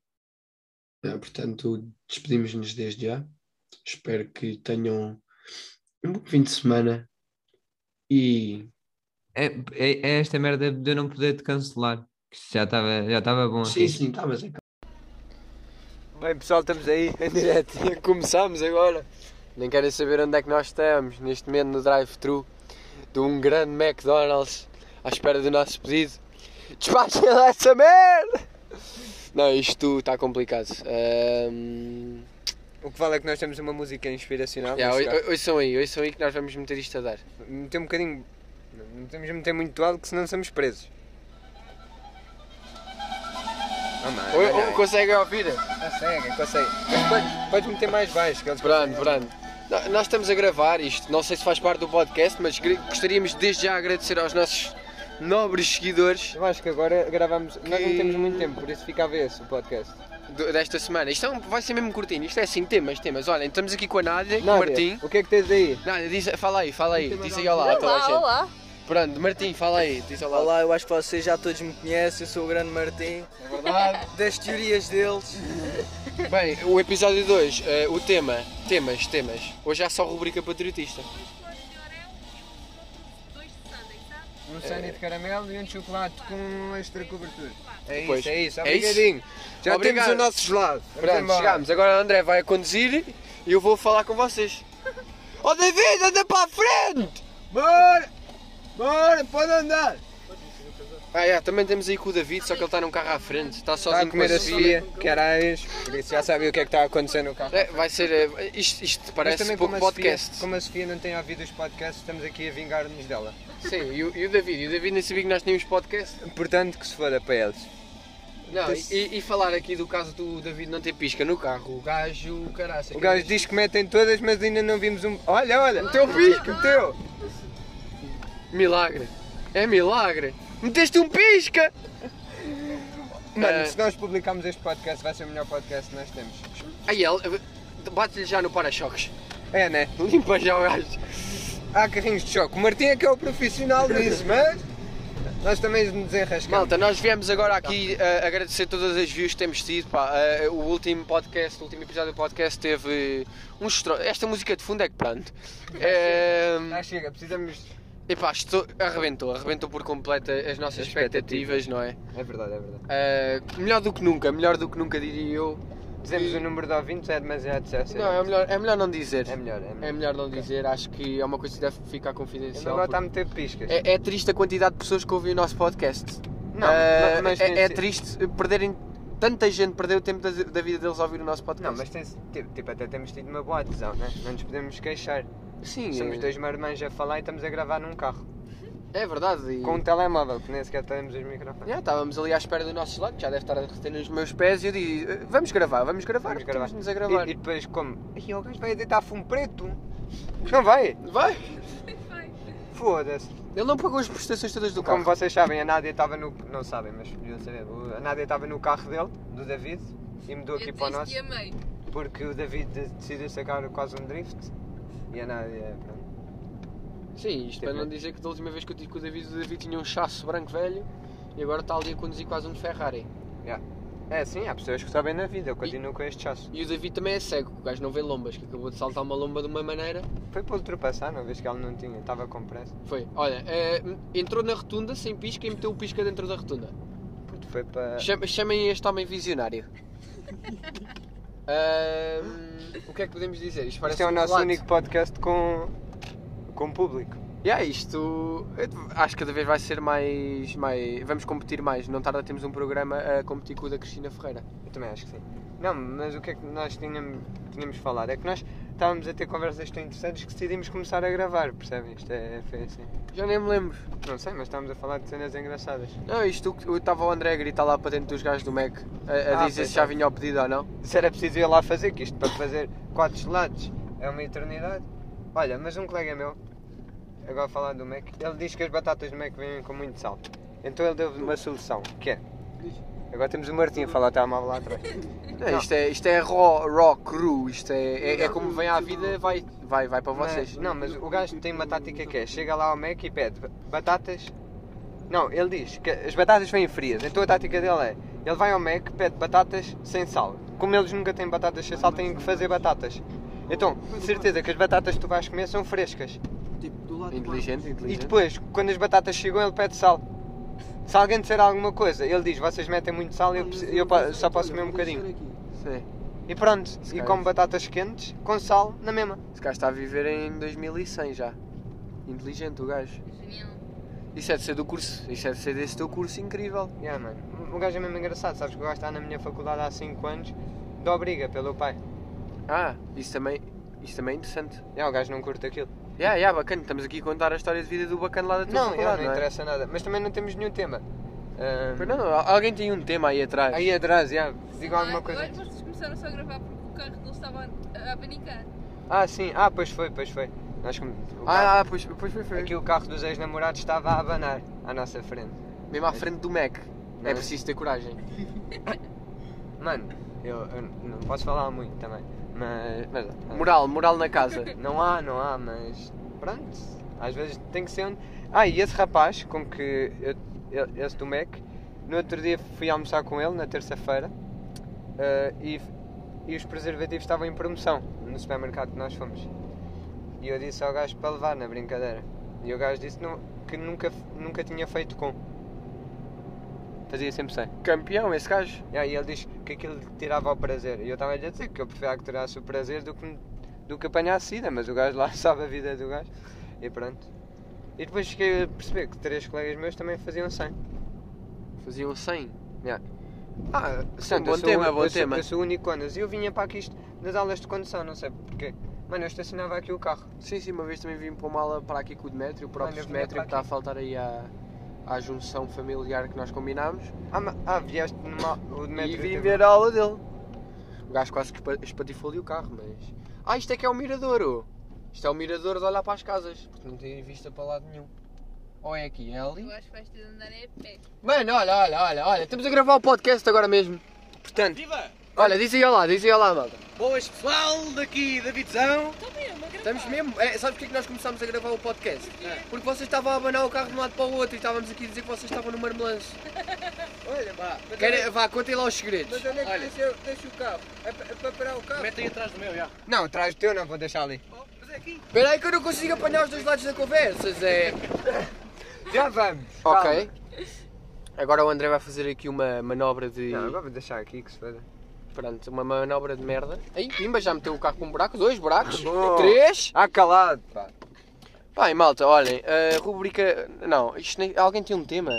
Speaker 1: É, portanto, despedimos-nos desde já. Espero que tenham um bom fim de semana e
Speaker 2: É, é, é esta merda de eu não poder te cancelar. Que isso já estava já estava bom.
Speaker 1: sim,
Speaker 2: assim.
Speaker 1: sim, está, mas é
Speaker 3: Bem pessoal, estamos aí em direto. Começamos agora. Nem querem saber onde é que nós estamos. Neste momento no drive-thru de um grande McDonald's à espera do nosso pedido. Despachem lá essa merda! Não, isto está complicado. Ahm,
Speaker 2: O que vale é que nós temos uma música inspiracional.
Speaker 3: yeah,
Speaker 2: mas,
Speaker 3: oi- oi- Ouçam aí, ouçam aí que nós vamos meter isto a dar.
Speaker 2: cara, meter um bocadinho. Não não temos de meter muito alto que senão somos presos. Oh, mano,
Speaker 3: Ou,
Speaker 2: olha
Speaker 3: ou
Speaker 2: aí.
Speaker 3: conseguem ouvir?
Speaker 2: Consegue, consegue. Mas pode- Podes meter mais baixo. Que eles
Speaker 3: Brando,
Speaker 2: conseguem.
Speaker 3: Brando. No- Nós estamos a gravar isto, não sei se faz parte do podcast, mas gre- gostaríamos desde já agradecer aos nossos nobres seguidores
Speaker 4: Eu acho que agora gravamos. Nós não
Speaker 3: Que-
Speaker 4: temos muito tempo, por isso fica a ver esse o podcast.
Speaker 3: do- desta semana. Isto é um- vai ser mesmo curtinho, isto é assim, temas, temas. Olha, estamos aqui com a Nádia, com o
Speaker 4: Nádia,
Speaker 3: Martim.
Speaker 4: O que é que tens aí?
Speaker 3: Nádia, diz, fala aí, fala aí, diz aí olá a toda a
Speaker 5: Olá,
Speaker 3: gente.
Speaker 5: olá.
Speaker 3: Pronto, Martim, fala aí, diz olá.
Speaker 6: Olá, eu acho que vocês já todos me conhecem, eu sou o grande Martim,
Speaker 3: É verdade.
Speaker 6: das teorias deles.
Speaker 3: Bem, o episódio 2, o tema, temas, temas. Hoje há só rubrica patriotista.
Speaker 4: Um sundae de caramelo e um chocolate com extra cobertura. É
Speaker 3: Pois.
Speaker 4: isso, é isso.
Speaker 3: É isso?
Speaker 4: Obrigadinho. Já
Speaker 3: Obrigado.
Speaker 4: temos o nosso gelado. Vamos
Speaker 3: Pronto,
Speaker 4: embora.
Speaker 3: chegámos. Agora o André vai a conduzir e eu vou falar com vocês. Oh David, anda para a frente!
Speaker 4: Bora! Bora, pode andar!
Speaker 3: Ah, é, também temos aí com o David, só que ele está num carro à frente. Está
Speaker 4: Está
Speaker 3: sozinho
Speaker 4: a comer
Speaker 3: com
Speaker 4: a
Speaker 3: uma
Speaker 4: Sofia, caralhos. Por isso já sabia o que é que está acontecendo no carro.
Speaker 3: É, vai ser. eh, Isto, isto
Speaker 4: Mas
Speaker 3: parece
Speaker 4: também
Speaker 3: pouco
Speaker 4: como a Sofia-
Speaker 3: podcast.
Speaker 4: como a Sofia não tem ouvido os podcasts, estamos aqui a vingar-nos dela.
Speaker 3: Sim, e o, e o David? E o David nem sabia que nós tínhamos podcast.
Speaker 4: Portanto, que se foda para eles.
Speaker 3: Não, e, e falar aqui do caso do David não ter pisca no carro. O gajo, caraca.
Speaker 4: O gajo diz que é metem todas, mas ainda não vimos um. Olha, olha!
Speaker 3: Meteu o pisca.
Speaker 4: Meteu!
Speaker 3: Milagre. É milagre. Meteste um pisca!
Speaker 4: Mano,
Speaker 6: É.
Speaker 3: Ah.
Speaker 4: se nós publicarmos este podcast, vai ser o melhor podcast que nós temos.
Speaker 3: Aí ele. eh, Bate-lhe já no para-choques.
Speaker 4: É, né?
Speaker 3: Limpa já o gajo.
Speaker 4: Há carrinhos de choque. O Martim é que é o profissional disso, mas. Nós também nos enrascamos.
Speaker 3: Malta, nós viemos agora aqui eh, agradecer todas as views que temos tido. pá. Eh, o último podcast, o último episódio do podcast teve um estro... Esta música de fundo é que pronto. Eh,
Speaker 4: Ah, chega, precisamos.
Speaker 3: epá, estou... arrebentou, arrebentou por completo as nossas expectativas, não é?
Speaker 4: É verdade, é verdade.
Speaker 3: Eh, melhor do que nunca, melhor do que nunca diria eu.
Speaker 4: Dizemos o número de ouvintes, é demasiado já sei.
Speaker 3: Não, é melhor, é melhor não dizer.
Speaker 4: É melhor, é melhor.
Speaker 3: É melhor não dizer, acho que é uma coisa que deve ficar
Speaker 4: Ele
Speaker 3: confidencial.
Speaker 4: agora está a
Speaker 3: porque-
Speaker 4: meter piscas.
Speaker 3: É, é triste a quantidade de pessoas que ouvem o nosso podcast.
Speaker 4: Não,
Speaker 3: Ah,
Speaker 4: mas- assim. mas tem
Speaker 3: é, é
Speaker 4: de ser-
Speaker 3: triste perderem. Tanta gente perder o tempo da, da vida deles a ouvir o nosso podcast.
Speaker 4: Não, mas tem, tipo, tipo, até temos tido uma boa adesão, né? Não nos podemos queixar.
Speaker 3: Sim,
Speaker 4: Somos
Speaker 3: é,
Speaker 4: dois marmães a falar e estamos a gravar num carro.
Speaker 3: é verdade. e-
Speaker 4: Com um telemóvel, que nem sequer temos os microfones.
Speaker 3: Yeah, estávamos ali à espera do nosso lado, que já deve estar a derreter nos meus pés, e eu disse: Vamos gravar, vamos gravar,
Speaker 4: Vamos gravar.
Speaker 3: nos a gravar.
Speaker 4: E, e depois como? Ai, o gajo vai deitar fumo preto. Não vai?
Speaker 3: Vai!
Speaker 4: Foda-se.
Speaker 3: Ele não pagou as prestações todas do
Speaker 4: Como
Speaker 3: carro.
Speaker 4: vocês sabem, a Nádia estava no... Não sabem, mas podiam saber. O- A Nádia estava no carro dele, do David, e mudou aqui
Speaker 5: Eu
Speaker 4: para o
Speaker 5: desisti
Speaker 4: nosso.
Speaker 5: a meio.
Speaker 4: Porque o David de- decidiu sacar quase um drift. E a Nádia, pronto.
Speaker 3: Sim, isto para não dizer que da última vez que eu tive com o David, o David tinha um chasso branco velho e agora está ali a conduzir quase um Ferrari.
Speaker 4: É assim, há pessoas que sabem na vida. Eu continuo com este chasso.
Speaker 3: E o David também é cego, o gajo não vê lombas, que acabou de saltar uma lomba de uma maneira.
Speaker 4: Foi para ultrapassar, não vez que ela não tinha, estava com pressa.
Speaker 3: Foi, olha, eh, entrou na rotunda sem pisca e meteu o pisca dentro da rotunda.
Speaker 4: Puto, Foi para.
Speaker 3: Cham- chamem este homem visionário. Ahm, o que é que podemos dizer? Isto parece
Speaker 4: Este é o
Speaker 3: um
Speaker 4: nosso
Speaker 3: relato.
Speaker 4: único podcast com. com público.
Speaker 3: Yeah, isto eu acho que cada vez vai ser mais, mais. Vamos competir mais. Não tarda temos um programa a competir com o da Cristina Ferreira.
Speaker 4: Eu também acho que sim. Não, mas o que é que nós tínhamos, tínhamos falado? É que nós estávamos a ter conversas tão interessantes que decidimos começar a gravar, percebem? Isto é, foi assim.
Speaker 3: Já nem me lembro.
Speaker 4: Não sei, mas estávamos a falar de cenas engraçadas.
Speaker 3: Não, isto eu estava o André a gritar lá para dentro dos gajos do Mac a, a
Speaker 4: Ah,
Speaker 3: dizer
Speaker 4: pois
Speaker 3: se já
Speaker 4: é.
Speaker 3: vinha ao pedido ou não.
Speaker 4: Se era preciso ir lá fazer, que isto para fazer quatro gelados é uma eternidade. Olha, mas um colega meu, agora falando do Mac, ele diz que as batatas do Mac vêm com muito sal. Então ele deu uma solução, que é. Agora temos o Martim a falar o telemóvel lá atrás.
Speaker 3: Não, Isto é, isto é raw, raw, cru, isto é, é, é como vem à vida, vai, vai, vai para
Speaker 4: Mas-
Speaker 3: vocês.
Speaker 4: não, é? mas o gajo tem uma tática que é: chega lá ao Mac e pede batatas. Não, ele diz que as batatas vêm frias. Então a tática dele é: ele vai ao Mac, pede batatas sem sal. Como eles nunca têm batatas sem sal, têm que fazer batatas. Então, de certeza que as batatas que tu vais comer são frescas.
Speaker 3: Inteligente,
Speaker 4: E
Speaker 3: inteligente.
Speaker 4: depois, quando as batatas chegam, ele pede sal. Se alguém disser alguma coisa, ele diz: vocês metem muito sal, eu, preci- eu pa- só posso comer um bocadinho.
Speaker 3: Sim.
Speaker 4: E pronto, e
Speaker 3: calhar
Speaker 4: como
Speaker 3: isso.
Speaker 4: batatas quentes, com sal, na mesma.
Speaker 3: Esse gajo está a viver em 2100 já. Inteligente o gajo.
Speaker 5: Genial.
Speaker 3: Isso é de ser do curso, isso é de ser desse teu curso incrível.
Speaker 4: Yeah, mano. O gajo é mesmo engraçado, sabes que o gajo está na minha faculdade há 5 anos, dá briga pelo pai.
Speaker 3: Ah, isso também, isso também é interessante.
Speaker 4: Yeah, o gajo não curte aquilo.
Speaker 3: Ya, ya, bacana, estamos aqui a contar a história de vida do bacana lá da tua
Speaker 4: Não, yeah,
Speaker 3: faculdade,
Speaker 4: não,
Speaker 3: não é?
Speaker 4: interessa nada. Mas também não temos nenhum tema. Ahm,
Speaker 3: Pois não, al- alguém tem um tema aí atrás.
Speaker 4: Aí é- atrás, yeah, diga alguma
Speaker 5: Ah,
Speaker 4: coisa.
Speaker 5: Agora vocês começaram só a gravar porque o carro deles estava a abanicar.
Speaker 4: Ah, sim, ah, pois foi, pois foi. Nós, como- o carro-
Speaker 3: ah, ah, pois, pois foi, foi.
Speaker 4: Aqui o carro dos ex-namorados estava a abanar. à nossa frente.
Speaker 3: Mesmo à frente do Mac.
Speaker 4: Não
Speaker 3: É preciso ter coragem.
Speaker 4: Mano, eu, eu não posso falar muito também. Mas. mas ah,
Speaker 3: Moral, moral na casa.
Speaker 4: Não há, não há, mas. Pronto. Às vezes tem que ser. onde- Ah, e esse rapaz com que. Eu, ele- esse do Mac. No outro dia fui almoçar com ele, na terça-feira. ah, e, e os preservativos estavam em promoção no supermercado que nós fomos. E eu disse ao gajo para levar, na brincadeira. E o gajo disse não- que nunca, nunca tinha feito com. Fazia sempre sem.
Speaker 3: Campeão, esse gajo.
Speaker 4: Yeah, e ele diz que aquilo lhe tirava o prazer. E eu estava-lhe a dizer que eu preferia que tirasse o prazer do que, me- do que apanhar a sida, mas o gajo lá sabe a vida do gajo. E pronto. E depois cheguei a perceber que três colegas meus também faziam 100.
Speaker 3: Faziam 100.
Speaker 4: Yeah.
Speaker 3: Ah,
Speaker 4: Portanto, eu
Speaker 3: bom
Speaker 4: sou o-
Speaker 3: tema,
Speaker 4: eu
Speaker 3: bom
Speaker 4: sou-
Speaker 3: tema.
Speaker 4: Eu sou o único Conas. E eu vinha para aqui isto nas aulas de condução, não sei porquê. Mano, eu estacionava aqui o carro.
Speaker 3: Sim, sim, uma vez também vim para uma aula para aqui com o Demétrio, o
Speaker 4: Olha,
Speaker 3: próprio
Speaker 4: eu vim
Speaker 3: Demétrio
Speaker 4: para
Speaker 3: que está a
Speaker 4: aqui.
Speaker 3: faltar aí à, à junção familiar que nós combinámos.
Speaker 4: Ah, ma- ah vieste numa. O
Speaker 3: E
Speaker 4: Demetrio
Speaker 3: vim
Speaker 4: teve-
Speaker 3: ver a aula dele. O gajo quase que espa- espatifou-lhe o carro, mas. Ah, isto é que é o miradouro! Isto é o miradouro de olhar para as casas, porque não tem vista para lado nenhum. Ou é aqui, é ali.
Speaker 5: Eu acho que vais ter de andar é a pé.
Speaker 3: Mano, olha, olha, olha, olha, estamos a gravar o podcast agora mesmo. Portanto,
Speaker 6: Viva!
Speaker 3: olha, diz aí olá, diz aí olá, malta.
Speaker 6: Boas pessoal, daqui da Vitzão.
Speaker 7: Então,
Speaker 3: Estamos mesmo. É, sabes porquê que nós começámos a gravar o podcast?
Speaker 4: É.
Speaker 3: Porque vocês estavam a abanar o carro de um lado para o outro e estávamos aqui a dizer que vocês estavam no marmelance.
Speaker 4: Olha, vá. Mas é-
Speaker 3: Querem- Vá, contem lá os segredos.
Speaker 4: mas onde é que deixa, deixa o carro? É pa- é para parar o carro?
Speaker 6: Metem atrás do meu, já.
Speaker 4: Não, traz o teu, não vou deixar ali.
Speaker 3: Espera aí que eu não consigo apanhar os dois lados da conversa, Zé.
Speaker 4: Já vamos.
Speaker 3: Ok. Agora o André vai fazer aqui uma manobra de.
Speaker 4: Não, agora vou deixar aqui que se foda.
Speaker 3: Pronto, uma manobra de merda. Aí, pimba, já meteu o carro com um buraco, dois buracos,
Speaker 4: Bom.
Speaker 3: três.
Speaker 4: Ah, calado, pá.
Speaker 3: Pai, malta, olhem, a rubrica. Não, isto nem... alguém tem um tema?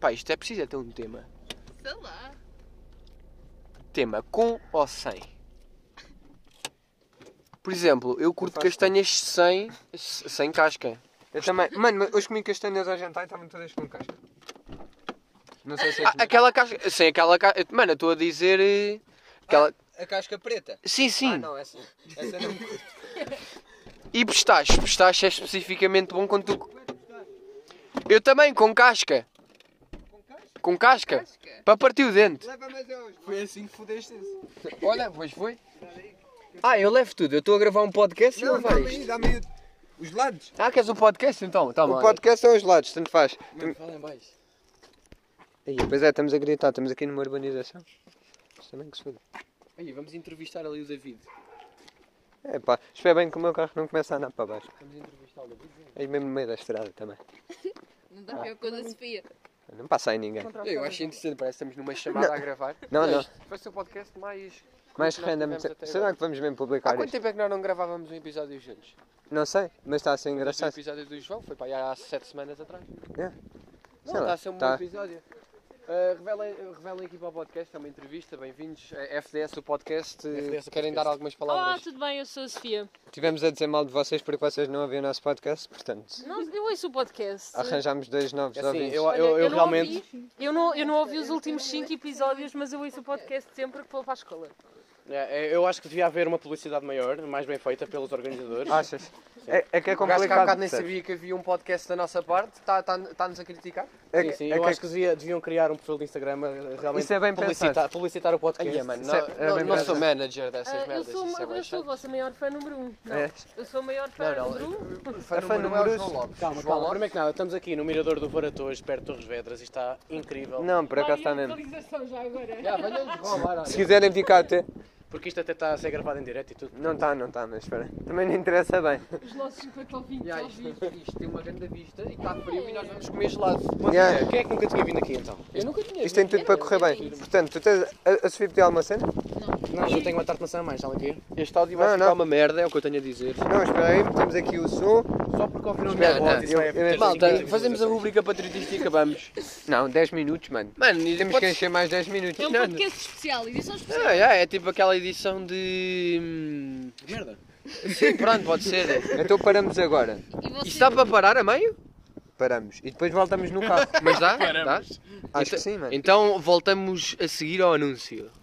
Speaker 3: Pá, isto é preciso é ter um tema.
Speaker 5: Sei lá.
Speaker 3: Tema com ou sem? Por exemplo, eu curto
Speaker 4: faço
Speaker 3: castanhas sem, sem casca.
Speaker 4: Eu também. Mano, mas hoje comi castanhas ao jantar e estavam todas com casca. Não sei se é
Speaker 3: Ah,
Speaker 4: que...
Speaker 3: aquela casca. Sem aquela casca. Mano, eu estou a dizer. eh, Aquela...
Speaker 4: A casca preta?
Speaker 3: Sim, sim.
Speaker 4: Ah, não, essa, essa não.
Speaker 3: E pistache? Pistache é especificamente bom quando tu. Eu também, com casca. Com casca?
Speaker 5: Casca?
Speaker 3: Para partir o dente.
Speaker 4: Leva mais hoje. Foi assim que fudeste isso.
Speaker 3: Olha, pois foi. Ah, eu levo tudo. Eu estou a gravar um podcast e
Speaker 4: Não,
Speaker 3: eu levar
Speaker 4: dá-me
Speaker 3: isto.
Speaker 4: aí, dá-me aí o- os lados.
Speaker 3: Ah, queres um podcast então? Tá,
Speaker 4: O podcast são os lados, tanto faz. Tem-
Speaker 3: Fala em baixo.
Speaker 4: Aí, pois é, estamos a gritar, estamos aqui numa urbanização. Mas também que se foda.
Speaker 3: Aí, vamos entrevistar ali o David.
Speaker 4: É pá, espero bem que o meu carro não comece a andar para baixo.
Speaker 3: Vamos entrevistar o David.
Speaker 4: Aí mesmo no meio da estrada também.
Speaker 5: Não dá pior coisa, Sofia.
Speaker 4: Não passa aí ninguém.
Speaker 7: tá
Speaker 3: Eu acho interessante, parece que estamos numa chamada a gravar.
Speaker 4: Não, não.
Speaker 3: Vai ser o podcast mais.
Speaker 4: Mais
Speaker 3: que nós
Speaker 4: random.
Speaker 3: tivemos até
Speaker 4: Será
Speaker 3: agora.
Speaker 4: que vamos mesmo
Speaker 3: Há
Speaker 4: publicar
Speaker 3: quanto
Speaker 4: isto?
Speaker 3: tempo é que nós não gravávamos um episódio juntos?
Speaker 4: Não sei, mas está a ser
Speaker 3: O
Speaker 4: engraçado.
Speaker 3: episódio do João foi para aí há sete semanas atrás. Não,
Speaker 4: É. Sei lá,
Speaker 3: está a ser um bom
Speaker 4: tá.
Speaker 3: episódio. Uh, revelem, revelem aqui para o podcast, é uma entrevista, bem-vindos. É FDS, o podcast.
Speaker 4: É
Speaker 3: Uh,
Speaker 6: FDS, o
Speaker 3: Querem dar algumas
Speaker 7: Olá,
Speaker 3: palavras?
Speaker 7: Ah, tudo bem? Eu sou a Sofia.
Speaker 4: Tivemos a dizer mal de vocês porque vocês não ouviam o nosso podcast, portanto,
Speaker 7: Não, eu ouço o podcast.
Speaker 4: arranjámos dois novos
Speaker 3: É assim,
Speaker 4: ouvintes.
Speaker 3: eu, eu,
Speaker 7: Olha,
Speaker 3: eu
Speaker 7: não
Speaker 3: realmente.
Speaker 7: ouvi- eu, não, eu não ouvi os últimos 5 episódios, mas eu ouço o podcast sempre que vou para a escola.
Speaker 6: É, Eu acho que devia haver uma publicidade maior, mais bem feita pelos organizadores.
Speaker 4: Achas? É, é que é
Speaker 3: O gajo que há
Speaker 4: complicado.
Speaker 3: bocado nem
Speaker 4: percebes?
Speaker 3: sabia que havia um podcast da nossa parte, está- está- está-nos a criticar.
Speaker 4: É
Speaker 6: Sim,
Speaker 4: que-
Speaker 6: sim,
Speaker 4: é
Speaker 6: eu
Speaker 4: que-
Speaker 6: acho que devia- deviam criar um perfil de Instagram eh, realmente
Speaker 4: Isso é bem
Speaker 6: publicitar,
Speaker 4: pensado.
Speaker 6: publicitar o podcast.
Speaker 3: Ai, mano,
Speaker 4: isso é- é
Speaker 3: não,
Speaker 4: bem
Speaker 3: não, não sou
Speaker 4: verdade.
Speaker 3: manager dessas
Speaker 7: Ah, eu
Speaker 3: merdas,
Speaker 7: sou,
Speaker 3: isso
Speaker 7: uma,
Speaker 3: é bem
Speaker 7: eu sou a
Speaker 3: chato.
Speaker 7: vossa maior fã número 1. Um. Não,
Speaker 4: É.
Speaker 7: Eu sou a maior fã
Speaker 3: Não, não,
Speaker 7: número 1. Um.
Speaker 3: Fã
Speaker 4: fã
Speaker 3: número um é o
Speaker 4: número
Speaker 3: João Lopes.
Speaker 6: Calma,
Speaker 3: João
Speaker 6: calma.
Speaker 3: Lopes.
Speaker 6: Primeiro é que nada, estamos aqui no Mirador do Varatojo, perto de Torres Vedras, e está incrível.
Speaker 4: Não, por acaso está
Speaker 7: Ai, a
Speaker 4: mesmo.
Speaker 7: localização já agora.
Speaker 3: Já, venham-nos roubar, olha.
Speaker 4: Se quiserem ficar até.
Speaker 6: Porque isto até está a ser gravado em direto e tudo.
Speaker 4: Não está, não está, mas espera. Também não interessa bem.
Speaker 7: Os nossos 50 ouvintes
Speaker 3: Já,
Speaker 7: ao vivo.
Speaker 3: isto, isto tem uma grande vista e está frio e nós vamos comer gelado.
Speaker 4: Yeah.
Speaker 6: Quem é que nunca tinha vindo aqui então?
Speaker 3: Eu nunca tinha
Speaker 4: Isto tem
Speaker 3: visto.
Speaker 4: tudo para correr bem. Portanto, tu tens. A, a Sofia pediu alguma cena?
Speaker 6: Não, eu tenho uma tarte de maçã a mais, alguém aqui?
Speaker 3: Este áudio
Speaker 4: Não,
Speaker 3: vai
Speaker 4: não.
Speaker 3: ficar uma merda, é o que eu tenho a dizer.
Speaker 4: Não, espera aí, temos aqui o som.
Speaker 6: Só porque ouviram
Speaker 3: Espera,
Speaker 6: minha
Speaker 3: não,
Speaker 6: voz, isso
Speaker 4: eu- um
Speaker 6: não é-
Speaker 4: eu-
Speaker 6: tem
Speaker 3: Malta,
Speaker 6: 15
Speaker 3: fazemos a
Speaker 6: minutos,
Speaker 3: rubrica patritista e acabamos.
Speaker 4: Não, 10 minutos, mano.
Speaker 3: Mano, e
Speaker 4: Temos que
Speaker 3: podes-
Speaker 4: encher mais 10 minutos.
Speaker 7: É um
Speaker 4: Não,
Speaker 7: podcast especial, edição especial.
Speaker 3: Ah, já, é tipo aquela edição de. hum,
Speaker 6: Merda.
Speaker 3: Sim, pronto, pode ser.
Speaker 4: Então paramos agora.
Speaker 5: E vocês
Speaker 3: Isto dá para parar a meio?
Speaker 4: Paramos. E depois voltamos no carro.
Speaker 3: Mas dá? dá?
Speaker 6: Paramos.
Speaker 4: Acho que sim, mano.
Speaker 3: Então voltamos a seguir ao anúncio.